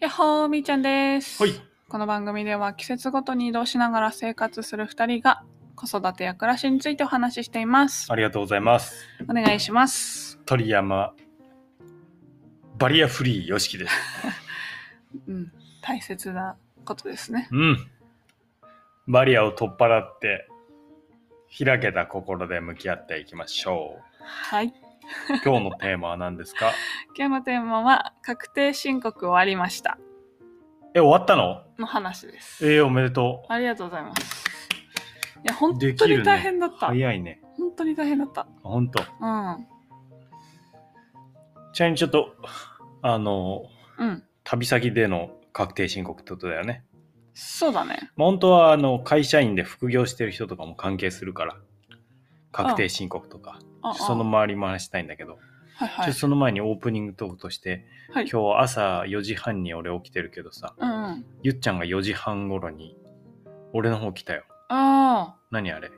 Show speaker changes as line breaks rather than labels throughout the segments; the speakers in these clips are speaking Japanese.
やっほーみーちゃんです、
はい。
この番組では季節ごとに移動しながら生活する2人が子育てや暮らしについてお話ししています
ありがとうございます。
お願いします
鳥山、バリアフリー、よしきです。
うん大切なことですね
うん。バリアを取っ払って、開けた心で向き合っていきましょ
はい。
う。今日のテーマは何ですか
今日のテーマは確定申告終わりました
え、終わったの
の話です
えーおめでとう。
ありがとうございますいや本
で
当
きる
に
ね
大変だった、
早いね。
本当に大変だった
ほんと。
うん
ちなみにちょっと、あの、
うん
旅先での確定申告ってことだよね。
そうだね
まあ、本当は、あの、会社員で副業してる人とかも関係するから、確定申告とか、
ああ
その周りも話したいんだけど。
はいは
ち
い
ょっとその前にオープニングトークとして、
はい
今日朝4時半に俺起きてるけどさ
うんうん
ゆっちゃんが4時半頃に俺の方来たよ
あ
何あれ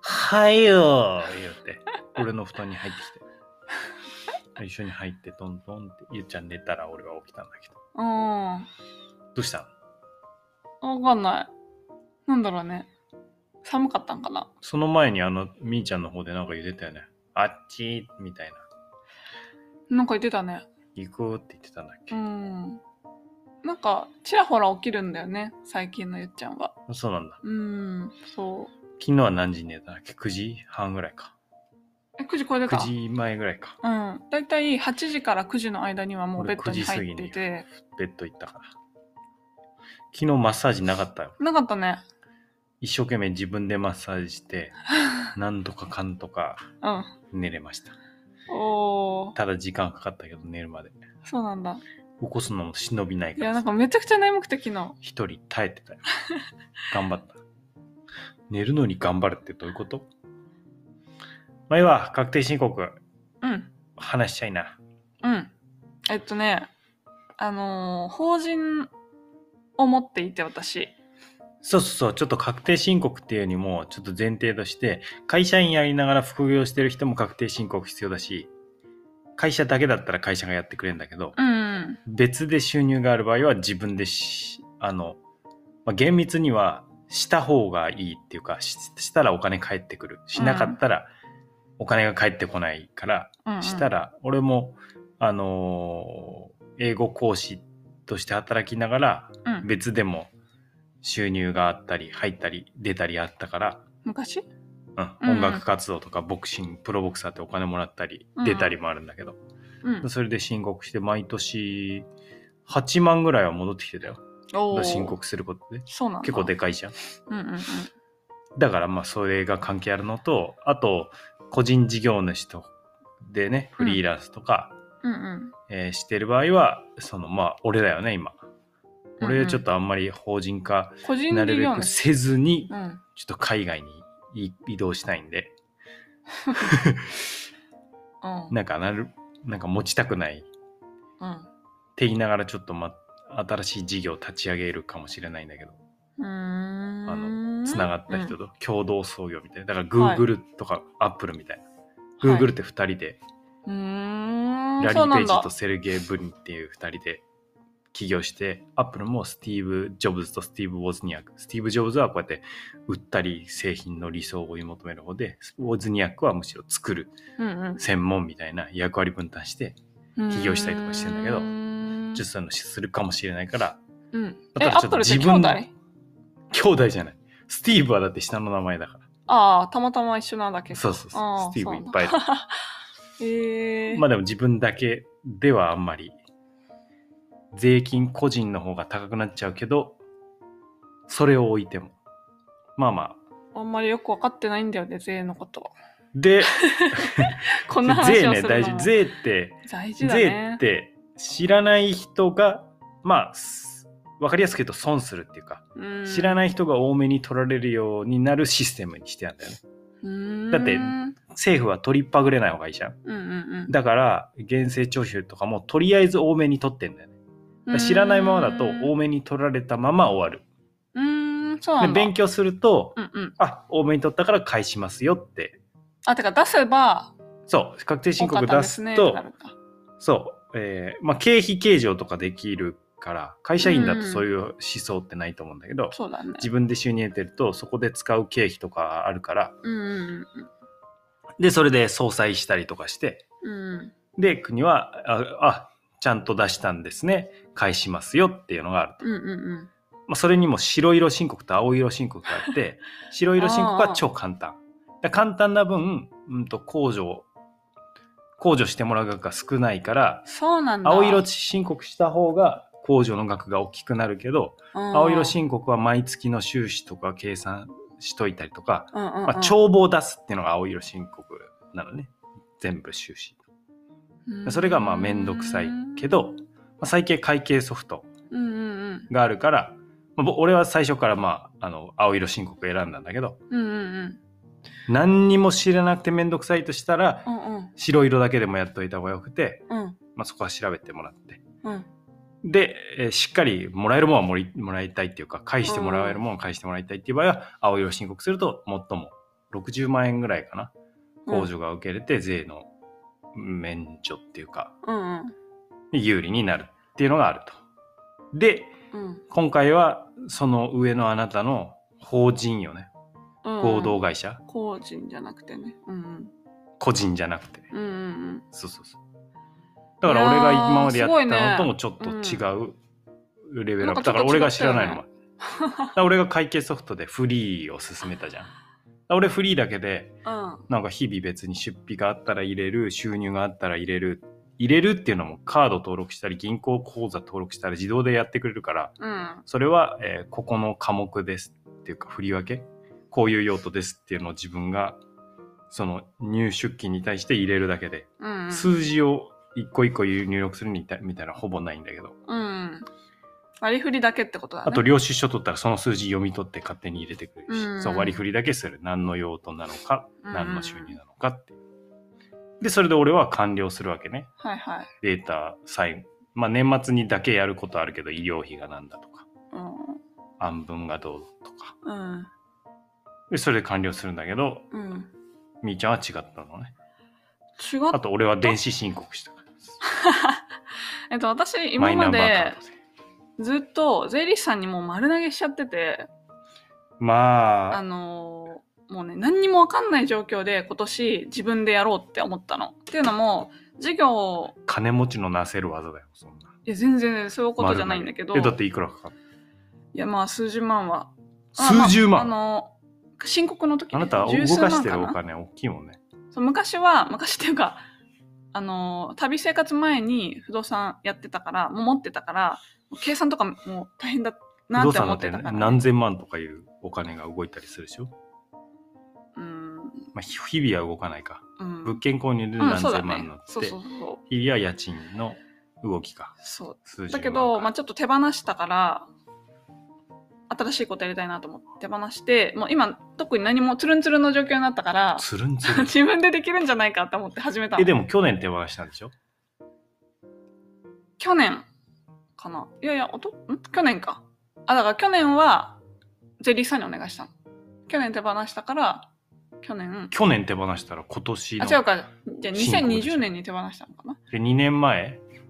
はいよー言うて俺の布団に入ってきて一 緒に入ってトントンってゆっちゃん寝たら俺は起きたんだけど
あうん
どうしたの
わかんない。なんだろうね。寒かったんかな。
その前にあのみーちゃんの方でなんか言ってたよねあっちーみたいな
なんか言ってたね。
行こうって言ってたんだっけ
う、ん。なんか、ちらほら起きるんだよね。最近のゆっちゃんは。
そうなんだ
うん、そ
昨日は何時に寝たんだっけ9時半ぐらいか
う。え、9時超えてた
9時前ぐらいか
うん。だいたい8時から9時の間にはもうベッドに
俺9時過
入
ぎ
っ
に
てて。
ベッド行ったから。昨日マッサージなかったよ。
なかったね。
一生懸命自分でマッサージ して、なんとかかんとか
うん。
寝れました。
おー、
ただ時間かかったけど寝るまで。
そうなんだ。
起こすのも忍びない
い
か
や、
ら
なんか
さ。
めちゃくちゃ眠くて昨日。
一人耐えてたよ。頑張った。寝るのに頑張るってどういうことまあ、いいわ。確定申告。
うん。
話したいな。
うん。えっとね、あのー法人を持っていて私。
そうそうそう。ちょっと確定申告っていうにも、ちょっと前提として、会社員やりながら副業してる人も確定申告必要だし、会社だけだったら会社がやってくれるんだけど、
うんうん。
別で収入がある場合は自分でし、あの、まあ、厳密にはした方がいいっていうか、ししたらお金返ってくる。しなかったらお金が返ってこないから、
うんうん
したら、俺も、あのー英語講師として働きながら、
うん、
別でも収入があったり入ったり出たりあったから、
昔
う
うん
ん
うん
音楽活動とかボクシングプロボクサーってお金もらったり
うんうん
出たりもあるんだけど、
うん。
それで申告して毎年8万ぐらいは戻ってきてたよ
おー
申告することで
そうなんだ
結構でかいじゃん
うんうんうん
だからまあそれが関係あるのとあと個人事業主とでねフリーランスとか、
うんうん
えーしてる場合はそのまあ俺だよね今
うんう
俺
ん
ちょっとあんまり法人化
個人
な
事
るべ
業
く
主
せずに、
うん
ちょっと海外にい移動したいんで、
うん
なんかなる、なんか持ちたくないって言いながらちょっとま、新しい事業を立ち上げるかもしれないんだけど、
うんうーん
あのつながった人
うん
と共同創業みたいな。だから
はい
Google とか Apple みたいな。
はい
Google って2人で、
うーん
ラリ
そう
ー・
な
ペ
ん
イ
だ
ジとセルゲイ・ブリンっていう2人で起業して、Apple もスティーブ・ジョブズとスティーブ・ウォズニアック。スティーブ・ジョブズはこうやって売ったり製品の理想を追い求める方で、ウォズニアックはむしろ作る
うん
専門みたいな役割分担して、
うん
起業したりとかしてんだけど
うーん
ちょっとそういうのするかもしれないから、
うん
だ
え
から
ア
ち
ップ
ょっと
ルって
自
兄
分
弟
の兄弟じゃない。スティーブはだって下の名前だか
ああたまたま一緒なんだけ
ら。
ど
そうそう
あ
そう。
ー
スティーブい
そう
っ
なん
ぱ
だ
いだ。
えー
まあでも自分だけではあんまり、税金個人の方が高くなっちゃうけど、それを置いても。まあまあ。
あんまりよくわかってないんだよね税のこと は
で、
こんな話
税
を
ね、
する
大
の
事。
も
税って、
大事だ
税
ね
って知らない人が、まあ、すわかりやすく言うと損するっていうか、
うん
知らない人が多めに取られるようになるシステムにしてあるんだよね。
うーん
だって
うん
政府は取りっぱぐれない方がいいじゃん。
うん
だから、厳正徴収とかもとりあえず多めに取ってんだよね。だ
う
か
ん
ら知らないままだと多
う
めに取られたまま終
ー
わ
んそうな
る。
ん
で、
だ
勉強すると、
うんうん
あ、多めに取ったから返しますよって。
あ、てか出せば、
そう、確定申
多か
告
った
出
ですね
す
って
と
な、るか
そう、えーまあ、経費計上とかできるから会社員だとそういう思想ってないと思うんだけど、
そうだね。
自分で収入得てるとそこで使う経費とかあるから
うんうん
でそれで相殺したりとかして
うんうん。
で国はああちゃんと出したんですね返しますよっていうのがあると、
うんうん
まあ、それにも白色申告と青色申告があって 白色申告は超簡単だ簡単な分、うん、と控除控除してもらう額が少ないから
そうなんだ。
青色申告した方が控除の額が大きくなるけど青
青
色申告は毎月の収支とか計算しといたりとか、
告、うんうんうん
まあ、帳簿を出すっていうのが青色申告なのね全部収支それがまあ面倒くさいけど、まあ、最近会計ソフト
うんうんうん
があるから、まあぼ俺は最初からまああの青色申告選んだんだけど
うんうんうん
何にも知らなくて面倒くさいとしたら
うんうん
白色だけでもやっといた方がよくて、
うん
まあ、そこは調べてもらって
うん
で、えーしっかりもらえるものはもりもらいたいっていうか返してもらえるものを返してもらいたいっていう場合は青色申告すると最も60万円ぐらいかな控除が受けれて税の免除っていうか
うんうん
有利になるっていうのがあると。で
うん
今回はその上のあなたの法人よね
うん
合同会社、
個人じゃなくてねうん
個人じゃなくて
うんうんうん
そうそうそうだから俺が今までやっ
いやーすごい
た
ね
のともちょっと違うレベル
な
アップ、
んかちょ
だ
っと
から俺が知らないの
違
も
っ
だから俺が会計ソフトでフリーを勧めたじゃんだから俺フリーだけで
うんうん
なんか日々別に出費があったら入れる収入があったら入れる入れるっていうのもカード登録したり銀行口座登録したら自動でやってくれるから
うん
それは、えーここの科目ですっていうか振り分けこういう用途ですっていうのを自分がその入出金に対して入れるだけで、
うん
数字を一個一個入力するみたいみたいなほぼないんだけど、
うん割り振りだけってことだね
あと領収書取ったらその数字読み取って勝手に入れてくれるし、
うんうん
そう割り振りだけする何の用途なのか
うんうん
何の収入なのかっていうでそれで俺は完了するわけね
はいはい
データ最後まあ年末にだけやることあるけど医療費が何だとか
う
案分がどうとか
んうん
でそれで完了するんだけど
うん
みーちゃんは違ったのね
違っ
あと俺は電子申告したからです
えっと私今
マイナ
ま
ンバー
で
カードで
ずっと税理士さんにもう丸投げしちゃってて
ま
あ
あ
のーもうね何にも分かんない状況で今年自分でやろうって思ったの。っていうのも授業
金持ちのなせる技だよそんない
や全然そういうことじゃないんだけど
えだっていくらかかる
いやまあ数十万はあ
数十
まああ
万
の申告の時
あなた動
十数
か
万
してるお
な
金大きいもんね
そう昔は昔っていうかあのー旅生活前に不動産やってたからもう持ってたから計算とかもう大変だ
不
な
動
って思
産だっ
っててたから、
何千万とかいうお金が動いたりするでし
う
ょ、
ん
まあ、ひ日々は動かないか
うん
物件購入で
うん
何
そうだ
千
ね
万のっ
そう
て
そうそう
日々は家賃の動きか
そう
数十万
だけど、
か
まあ、ちょっと手放したから新しいことやりたいなと思って手放してもう今特に何もつるんつるんの状況になったから
つるん つるん
自分でできるんじゃないかと思って始めたの
えでも去年手放したんでしょ
去年かないやいやおとん去年かあだから去年はゼリーさんにお願いしたの去年手放したから去年
去年手放したら今年
あ
の
違うかじゃあ
進行でしょ
2020年に手放したのかな
で2年前一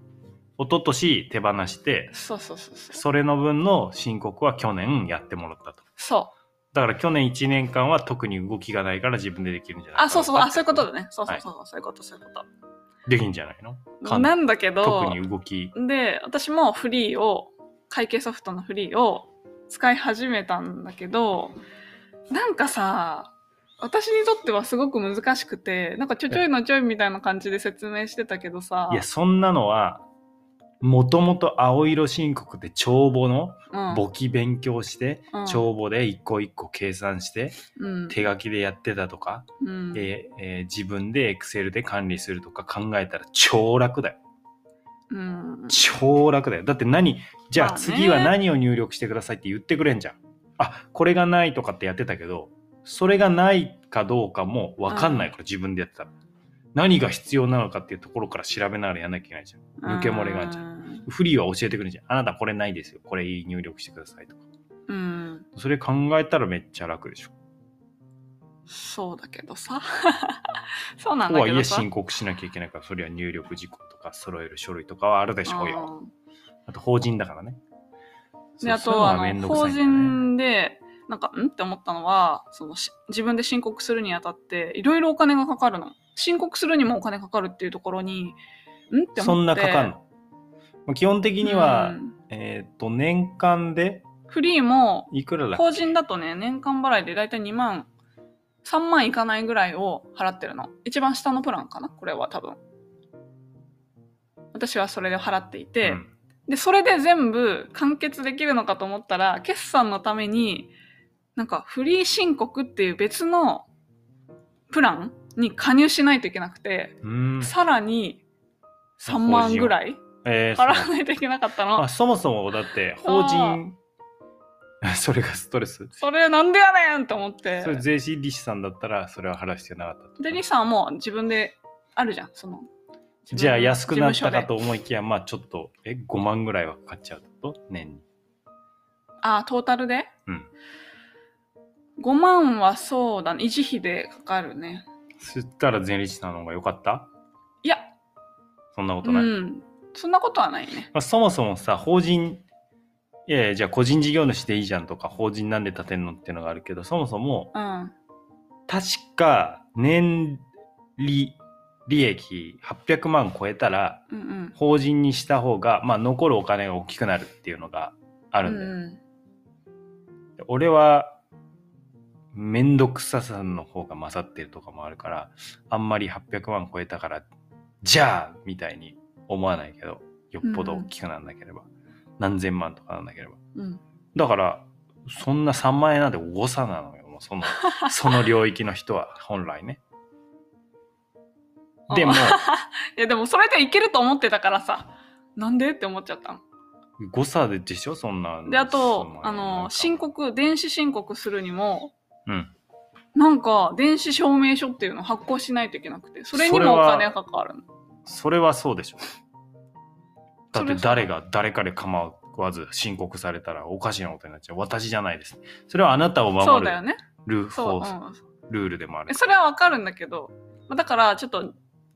昨年手放して
そうそうそうそう
それの分の申告は去年やってもらったと
そう
だから去年1年間は特に動きがないから自分でできるんじゃないか
あそうそうあそういうことだねそうそ
は
う
い
そうそう、そういうことそういうこ
できんじゃないのか
となんだけど
特に動き
で私もフリーを会計ソフトのフリーを使い始めたんだけどなんかさ私にとってはすごく難しくてなんかちょちょいのちょいみたいな感じで説明してたけどさ
いやそんなのはもともと青色申告で帳簿の
うん
簿記勉強して、
うん
帳簿で一個一個計算して、
うん
手書きでやってたとか、
うん
でえー自分で Excel で管理するとか考えたら超楽だよ
うん
超楽だよだって何じゃ
ま
あ
あね
次は何を入力してくださいって言ってくれんじゃんあこれがないとかってやってたけどそれがないかどうかも分かんないから自分でやってたら何が必要なのかっていうところから調べながらやんなきゃいけないじゃん抜け漏れがあるじゃ
ん
フリーは教えてくれるじゃん。あなたこれないですよ。これ入力してくださいとか。
うん
それ考えたらめっちゃ楽でしょ。
そうだけどさ そうなん
と
だ
は
け
い
ど
え
さ
申告しなきゃいけないから、それは入力事項とか揃える書類とかはあるでしょうよ。
うん
あと法人だからね。
で、あ
そういう
と、あ
がめん
の、
どくさ
法
いんだよね
人で、なんか、んって思ったのは、その、し自分で申告するにあたって、いろいろお金がかかるの。申告するにもお金かかるっていうところに、んって思って。
そんなかかんの。まあ基本的には、
うん
えーっと、年間で
フリーも、
いくらだっけ
法人だとね、年間払いでだいたい2万、3万いかないぐらいを払ってるの。一番下のプランかなこれは多分。私はそれで払っていて、
うん
で、それで全部完結できるのかと思ったら、決算のために、なんかフリー申告っていう別のプランに加入しないといけなくて、
うん。
さらに3万ぐらい
えー
払
そ
わ
う
ないといけなかった
ま
の
あ、。そもそもだって法人 それがストレス
それなんでやねんと思って
そ。れ税理士さんだったらそれは払う必要なかったと
で、リさんはもう自分であるじゃん、その。自分の
じゃあ安くなっ
事務
た
所で
かと思いきやまあちょっとえ5万ぐらいはかかっちゃうと年に
あ、トータルで
うん
5万はそうだね。維持費でかかるね。
そしたら税理士さんの方が良かった
いや、
そんなこと
う
ない、
ん。そんなことはないね。
まあ、そもそもさ法人いやいやじゃあ個人事業主でいいじゃんとか法人なんで立てんのっていうのがあるけどそもそも
うん。
確か年利利益800万超えたら
うんうん。
法人にした方が、まあ、残るお金が大きくなるっていうのがあ
あ
るんだ
う
よ、
んうん
俺はめんどくささの方が勝ってるとかもあるからあんまり800万超えたからじゃあみたいに思わないけどよっぽど大きくならなければ、何千万とかならなければ
うん、
だからそんな3万円なんて誤差なのよもう そのその領域の人は本来ねでも
いやでもそれでいけると思ってたからさなんでって思っちゃったの
誤差ででしょそんな
であ
そ
と
んな
あ
なん
の
か
申告電子申告するにも
うん
なんか電子証明書っていうのを発行しないといけなくてそれに
それ
もお
は
金がかかるの
それはそうでしょ。だ
そ
っ
れ
て
はそう
誰が誰かで構わず申告されたらおかしなことになっちゃう。私じゃないです。それはあなたを
そう
守
だよ
る
ね
ルー
そう、
法
うん、
ルールでもある
え。それはわかるんだけどまあだからちょっと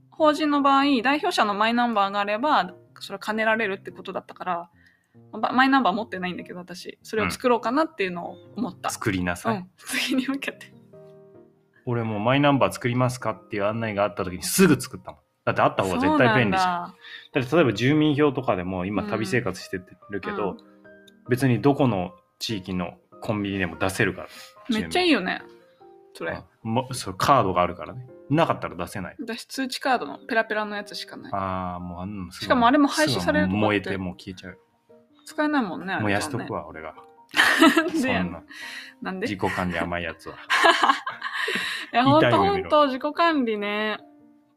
法人の場合代表者のマイナンバーがあればそれ兼ねられるってことだったからまマイナンバー持ってないんだけど私それを作ろうかなっていうのを思った、
作りな
う
さい、
ん、次に向けて
俺もマイナンバー作りますかっていう案内があった時にすぐ作ったもん。だってあった方が絶対便利じゃん。だって例えば住民票とかでも今
うん
旅生活してるけど、
うん
別にどこの地域のコンビニでも出せるから。
めっちゃいいよねそれ
あもそれカードがあるからね。なかったら出せない。
私通知カードのペラペラのやつしかない
ああ、もうあんなし
しかもあれも廃止されるとかって
燃えてもう消えちゃう。
使えないもんねあれ
燃やしとく
わ
わ、俺が。そん
でやん
な
なんで
自
い
己管理甘いやつは。
やほん
痛い
と
目
ほ
見
ん
ろ
と自己管理ね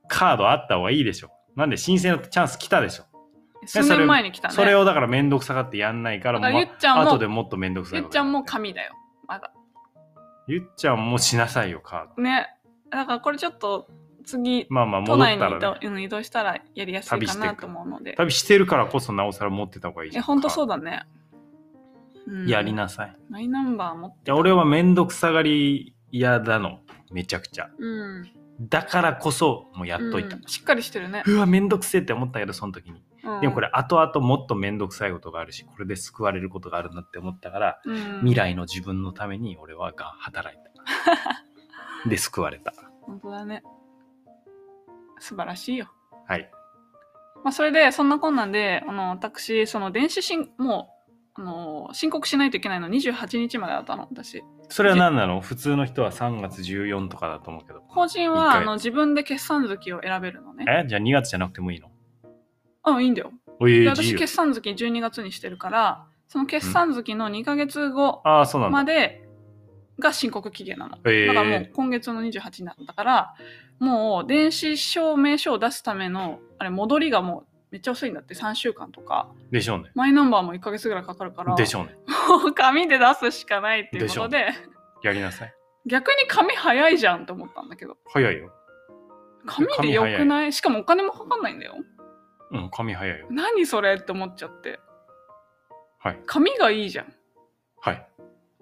カードあった方がいいでしょ。なんで申請のチャンス来たでしょ。
数年前に来たね
それをだからめんどくさがってやんないから、
だから
ま
ゆっちゃんも
後でもっとめんどくさ
ゆ
い
っ
こと
ちゃんもう神だよまだ
ゆっちゃんもしなさいよ、カード。
ねだからこれちょっと次
まあまあ、
都
戻っ
内
た
に移動,、
らね。
うん移動したらやりやすい
旅
か
して
な
く
と思うので
旅してるからこそなおさら持ってた方がいいじ
え
ゃん。
ほんとそう
う
だね、うん
やりなさい。
マイナンバー持って
で俺はめんどくさがり嫌だの。めちゃくちゃ。
うん
だからこそ、もうやっといた
うん。しっかりしてるね、
うわ、めんどくせえって思ったけど、その時に。
うん
でもこれ後々もっとめんどくさいことがあるし、これで救われることがあるなって思ったから、
うん
未来の自分のために俺はが 働いた。で、救われた。
本当だね素晴らしいよ
はい。
まあ、それで、そんなこんなんで、あの、私、その電子申、もう、あの、申告しないといけないの28日までだったの、私。
それは何なの普通の人は3月14とかだと思うけど。
法人
一
は、
回
あの、自分で決算月を選べるのね。
えじゃあ2月じゃなくてもいいの
うん、いいんだよ。
おい
で
え、自
私、
由
決。算月12月にしてるから、その決算月の2ヶ月後
ああ、そうなんだ。
までが申告期限なの。
え
だからもう
え
今月の28になったから、もう電子証明書を出すための、あれ、戻りがもうめっちゃ遅いんだって、3週間とか。
でしょうね。
マイナンバーも1ヶ月ぐらいかかるから。
でしょうね。
もう紙で出すしかないっていうことで
やりなさい。
逆に紙早いじゃんと思ったんだけど
早いよ。
紙でよく
紙
ないしかもお金もかかんないんだよ
うん、紙早いよ。
何それって思っちゃって
はい。
紙がいいじゃん
はい。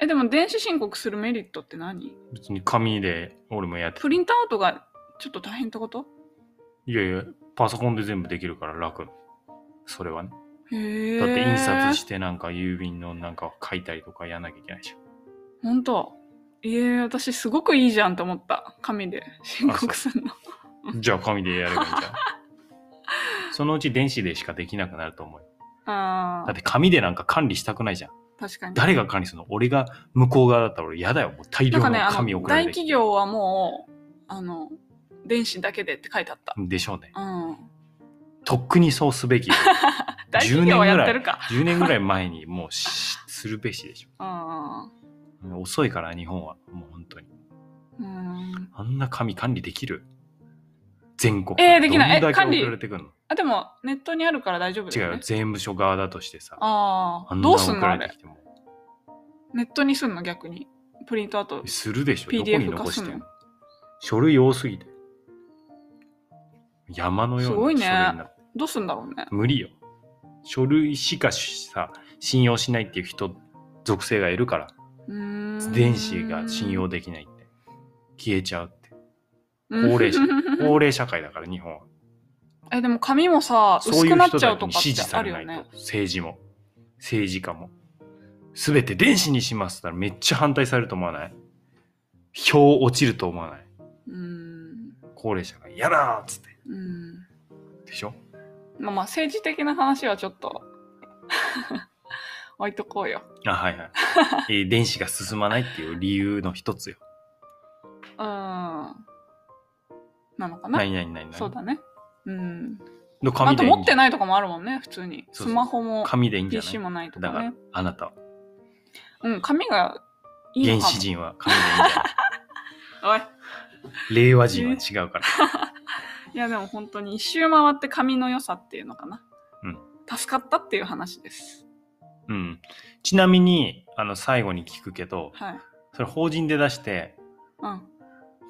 えでも電子申告するメリットって何
別に紙で俺もやって
プリントアウトがちょっと大変ってこと
いやいや、パソコンで全部できるから楽。それはね。
へえ。
だって印刷してなんか郵便のなんかを書いたりとかやんなきゃいけないでしょ。
本当いえ私すごくいいじゃんって思った紙で申告するの
じゃあ紙でやればいい じゃん。そのうち電子でしかできなくなると思うよ。
あ
だ
あ
って紙でなんか管理したくないじゃん。
確かに
誰が管理するの俺が向こう側だったら俺嫌だよ。もう大
な
量
ん
の
かねあ
紙
の
送られ
大
てき
企
て。
業はもうあの電子だけでって書いてあった
でしょうね。
うん
とっくにそうすべきよ。
大企業はやってるか
10年ぐらい前にもうしするべしでしょ。
あ
遅いから日本は。もう本当に。
ーうん
あんな紙管理できる全国。
えーできない
どんだけ
え管理
送られてくるの
あでもネットにあるから大丈夫だ
違う
よ
よ
ね。
税務署側だとしてさ。
あ
あ
あ
んな
どうすん
送
のあ
られ
れ
てきても。
ネットにすんの逆にプリントアウト
するでしょ。どこ
PDF
に残して
化すん
も
の。
書類多すぎて。山のような
すごいね
書類になって
どうすんだろうね
無理よ。書類しかしさ、信用しないっていう人、属性がいるから。
うーん
電子が信用できないって。消えちゃうって。
うん
高齢者高齢社会だから、日本は。
えでも紙もさ
そう
薄
い
く
う
なっ
人
ちゃ
た
う
ち
と
に
かっ
支持
て
さ
あ
れ
る
な
よ
いと、
ね
政治も政治家も全て電子にしますったらめっちゃ反対されると思わない票落ちると思わないう
ーん
高齢者が「嫌だ!」っつって
うん
でしょ
まあまあ政治的な話はちょっと 置いとこうよ。
あは いはいえー電子が進まないっていう理由の一つよ
うん。なのかな
何々何々
そうだね。うん。
の
あ
紙
と
でいい
持
ん
っ
じ
て
ゃな
な
い
いとかもあるもんね、普通に。
そうそう
スマホも
紙でいいんじゃ
PC
ない
もないと
だ
か
から
ね。
あなたは
うん、紙がいい
原
のかも
始。人は紙でいいんじゃ ない
おい。
令和人は違うから
いやでも本当に一周回って紙の良さっていうのかな。
うん。
助かったっていう話です。
うんちなみにあの最後に聞くけど
はい。
それ法人で出して
うん。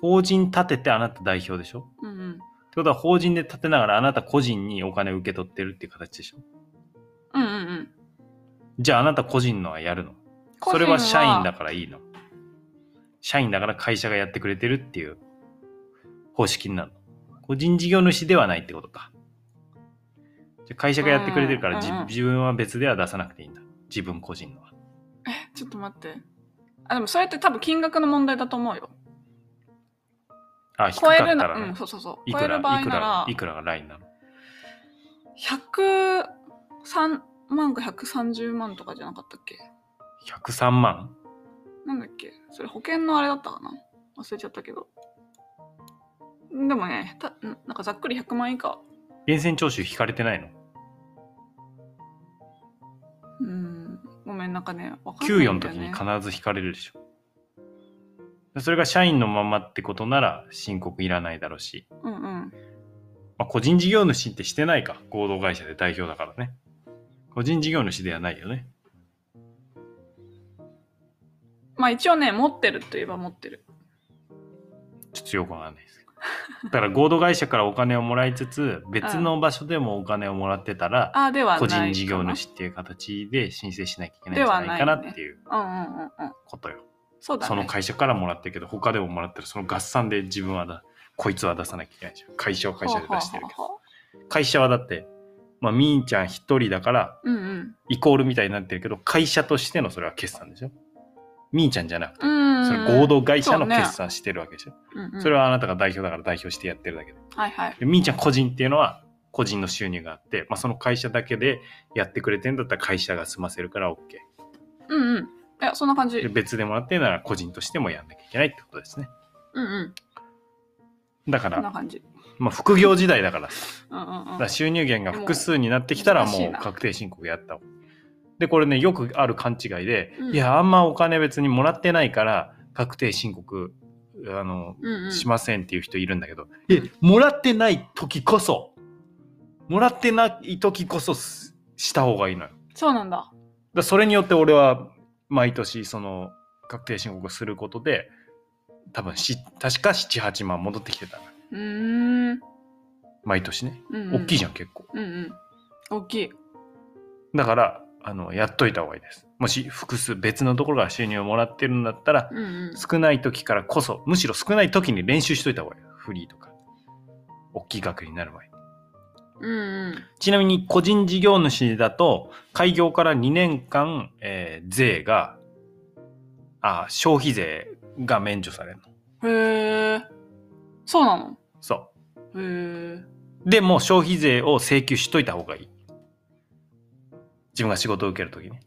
法人立ててあなた代表でしょ
うんうん。
ってことは法人で立てながらあなた個人にお金を受け取ってるっていう形でしょ
うんうんうん。
じゃああなた個人のはやるの
個
そ
人
れは社員だからいいの社員だから会社がやってくれてるっていう方式になるの個人事業主ではないってことかじゃあ会社がやってくれてるから、
うん
じ
うんうん
自分は別では出さなくていいんだ自分個人のは
ちょっと待って。あ、でもそれって多分金額の問題だと思うよ。
あ低
超
かっ
え
た
る
ら
な、
ね、
うん、そうそうそう。
い
超
く
え
ら
る場合
いく
な
ら
ら、
いくらがラインなの
100、3万か130万とかじゃなかったっけ
?103 万
なんだっけそれ保険のあれだったかな忘れちゃったけど。でもね、たななんかざっくり100万以下。
源泉徴収引かれてないの
うん、ごめん、なんかね、わかん
給
ない
与
ん
の
だよ
時に
ね。
必ず引かれるでしょ。それが社員のままってことなら申告いらないだろうし、
うんうん。
まあ、個人事業主ってしてないか、合同会社で代表だからね。個人事業主ではないよね。
まあ一応ね、持ってるといえば持ってる。
ちょっとよくわかんないで すけど。だから合同会社からお金をもらいつつ、別の場所でもお金をもらってたら、
あ、ではない
個
かな。
人事業主っていう形で申請しなきゃいけないん
で
じゃ
は
な
ないい
かなっていう
うんうんうんうん。
ことよ。
そうだね。
その会社からもらってるけど、他でももらってる、その合算で自分はだ、こいつは出さなきゃいけないじゃん。会社を会社で出してるけど
は。あはあはあはあ
会社はだって、まあ、みーちゃん一人だから、
うんうん。
イコールみたいになってるけど、会社としてのそれは決算でしょみーちゃんじゃなくて、
うん。
それ合同会社
そ
の
うね
決算してるわけでしょ
うんうん
それはあなたが代表だから代表してやってるだけで。
はいはい。
でみーちゃん個人っていうのは、個人の収入があって、まあ、その会社だけでやってくれてんだったら会社が済ませるから OK。
うんうん。いや、そんな感じ。
で、
うん
別でもらってるなら個人としてもやんなきゃいけないってことですね。
うん。
だか
そんな
ら、
感じ。
まあ、副業時代だからさ、
うんうんう
だ
ん
から。収入源が複数になってきたら
でも
も
難しい
う
な
確定申告やった方がでこれねよくある勘違いで、
うん
いやあんまお金別にもらってないから確定申告あの、
うんうん、
しませんっていう人いるんだけど、えもらってない時こそもらってない時こそすした方がいいのよだか
そうなんだ。
らそれによって俺は毎年その確定申告をすることで多分し確か78万戻ってきてたな
うーん。うん
毎年ね
うん、
大きいじ
ゃ
ゃん結構。
ん。うんうん。大きい。
だから、あの、やっといた方がいいです。もし複数、別のところから収入をもらってるんだったら、
うんうん。
少ない時からこそ、むしろ少ない時に練習しといた方がいい。フリーとか。大きい額になる前に。
うんうん。
ちなみに個人事業主だと開業から2年間、えー税があ消費税が免除されるの
へえ。そうなの
そ
へえ。
うでもう消費税を請求しといた方がいい自分が仕事を受けるときね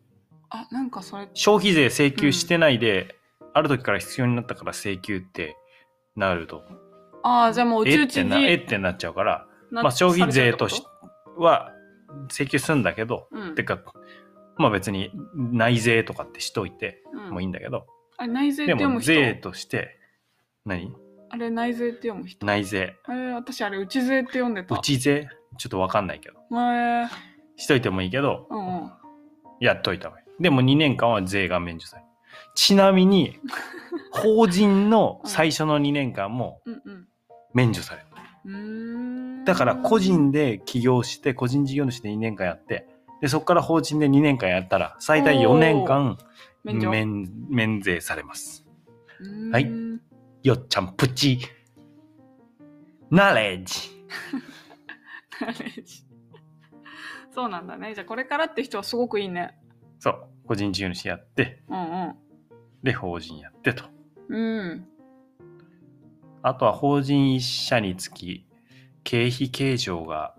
あ、なんかそれ、
消費税請求してないで、ある時から必要になったから請求ってなると
ああ、じゃあもううち
え
う
って
ち
なえ
に
ってなっちゃうから
な、
まあ、消費税と
され
し
ちゃうって
は請求するんだけど、
こと、うん、
てかまあ別に内税とかってしといて
うん
もいいんだけど、
あれ内税って
で
読
も
む
税
人
として何
あれ内税って読む人
内税
えー、私あれ内税って読んでた。
内税ちょっと分かんないけど
えー、
しといてもいいけど
うんうん。
やっといた方がいいでも2年間は税が免除されるちな みに法人の最初の2年間も
うんうん
免除される
うーん。
だから個人で起業して個人事業主で2年間やってでそこから法人で2年間やったら最大4年間
免除。
免免税されます
うーん
はいよっちゃんプチナレッジ
そうなんだね。じゃあこれからって人はすごくいいね。
そう個人事業主やって
うん
で法人やってと
うん。うん。
あとは法人一社につき経費計上が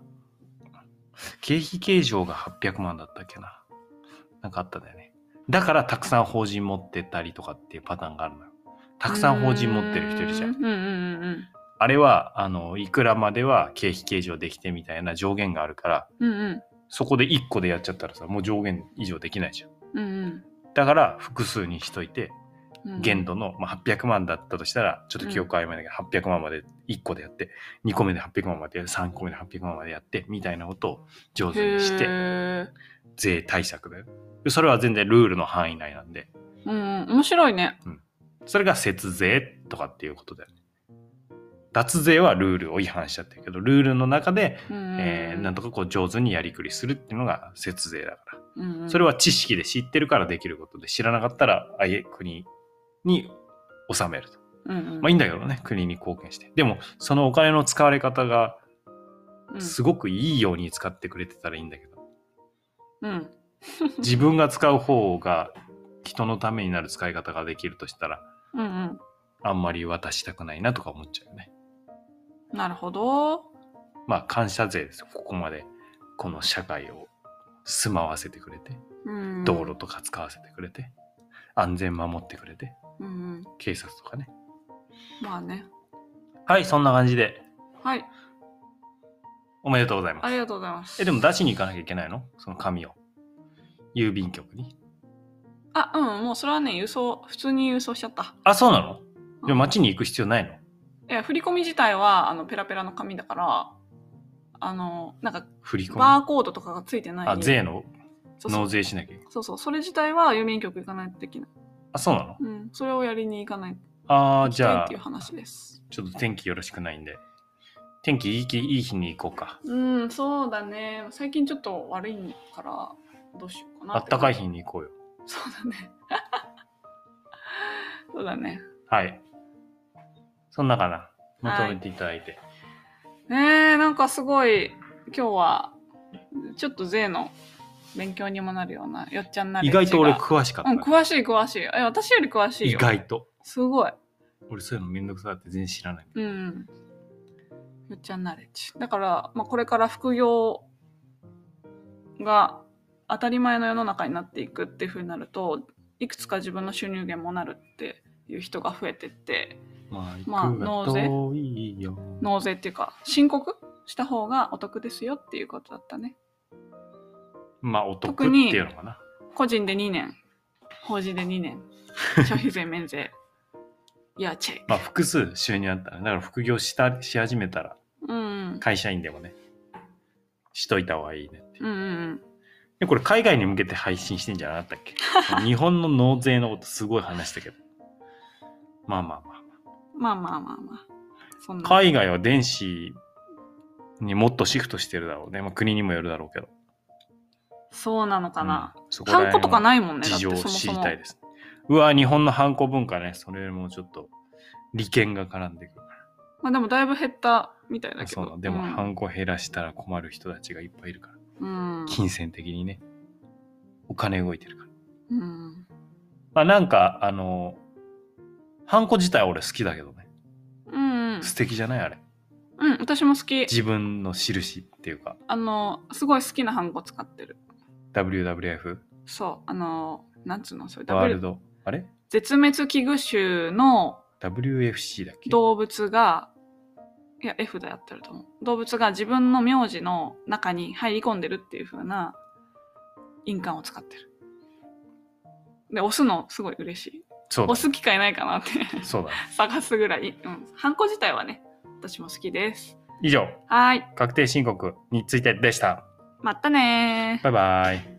経費計上が800万だったっけななんかあったんだよねだからたくさん法人持ってたりとかっていうパターンがあるのよたくさん法人持ってる人いるじゃ
うん
ん
うんうん
あれはあのいくらまでは経費計上できてみたいな上限があるから
うん。うんうん。
そこで1個でやっちゃったらさもう上限以上できないじゃん
うん
だから複数にしといて
うん。
限度の、まあ、800万だったとしたらちょっと記憶曖昧だけど、800万まで1個でやって2個目で800万までやって3個目で800万までやってみたいなことを上手にして
へー
税対策だよそれは全然ルールの範囲内なんで
うんうん。面白いね。
それが節税とかっていうことだよね脱税はルールを違反しちゃってるけどルールの中で、
うんうん。
えーなんとかこう上手にやりくりするっていうのが節税だか
う
ら
んうん
それは知識で知ってるからできることで知らなかったらああいう国に納めると
うんうん
まあいいんだけどね国に貢献してでもそのお金の使われ方が
うん
すごくいいように使ってくれてたらいいんだけど、
うん。
自分が使う方が人のためになる使い方ができるとしたら
うんうん。
あんまり渡したくないなとか思っちゃうよね
なるほど。
まあ感謝税ですよここまでこの社会を住まわせてくれて
うん
道路とか使わせてくれて安全守ってくれて
うんうん。
警察とかね
まあね。
はいそんな感じで
はい。
おめでとうございま
あ
す
りがとうございます。
えでも出しに行かなきゃいけないのその紙を郵便局に
あ、うん、もうそれはね、郵送、普通に郵送しちゃった。
あ、そうなの
うん
でも街に行く必要ないの
いや、振り込み自体は、あの、ペラペラの紙だから、あの、なんか、
振り込み。
バーコードとかがついてない。
あ、税の
そうそ
納
う
税しなきゃいけない。
そうそう、それ自体は郵便局行かないといけない。
あ、そうなの
うん、それをやりに行かない
あ
と
ー
いけ
じ
ない
ゃ
っ
あ
ていう、話です。
ちょっと天気よろしくないんで。天気いいきいい日に行こうか。
うん、そうだね。最近ちょっと悪いから、どうしようかな
あったかい
日。
日に行こうよ。
そうだね。 そうだね。
はい。そんなかな。まとめていただいて。
ねえ、なんかすごい、今日は、ちょっと税の勉強にもなるような、よっちゃんな
意外と俺
レッジ
詳しかった
が、
ね、
うん、詳しい詳しい。え、私より詳しい
意
よ。。
外と。
すごい。
俺そういうのめんどくさって全然知らない。
うん。よっちゃんナレッジ。だから、まあ、これから副業が当たり前の世の中になっていくっていう風になると、いくつか自分の収入源もなるっていう人が増えてって、
まあ、
まあ
行くが遠いよ。
納税っていうか、申告した方がお得ですよっていうことだったね。
まあ、お得っ
特
て
に
いうのかな。
個人で2年、法人で2年、消費税免税、いや、チェック。
まあ、複数収入あったら、だから副業したし始めたら、
うん。
会社員でもね、しといた方がいいねっていう
うんうん
でこれ海外に向けて配信してんじゃなかったっ け日本の納税のことすごい話したけど。まあまあま
うん。まあまあまあまあ。そん
あ。
な。
海外は電子にもっとシフトしてるだろうね。まあ、国にもよるだろうけど。
そうなのかな。
うん。そこら
ハンコ
辺
とか
の
ないもんね。だ
事
って
情を
そも
知
そ
り
も
たいです。うわ、日本のハンコ文化ね。それよりもちょっと利権が絡んでくるから。
まあでもだいぶ減ったみたいだけ
そ
ど。
うなので
う
も、
ん
ハンコ減らしたら困る人たちがいっぱいいるから。
うん。
金銭的にね。お金動いてるから。
うん。
まあなんか、あの、ハンコ自体俺好きだけどね。
うんうん。
素敵じゃないあれ。
うん、私も好き。
自分の印っていうか、
あの、すごい好きなハンコ使ってる。
WWF、
そう。あの、なんつうの、それ、
ワール
W、
ド、あれ
絶滅危惧種の
?WFC だっけ
動物が、いや、F でやってると思う。動物が自分の名字の中に入り込んでるっていう風な印鑑を使ってる。で、押すのすごい嬉しい。
そうだ
押す機会ないかなって
そうだね。
探すぐらい。うん。ハンコ自体はね、私も好きです。
以上、
はーい。
確定申告についてでした。
またねー。
バイバイ。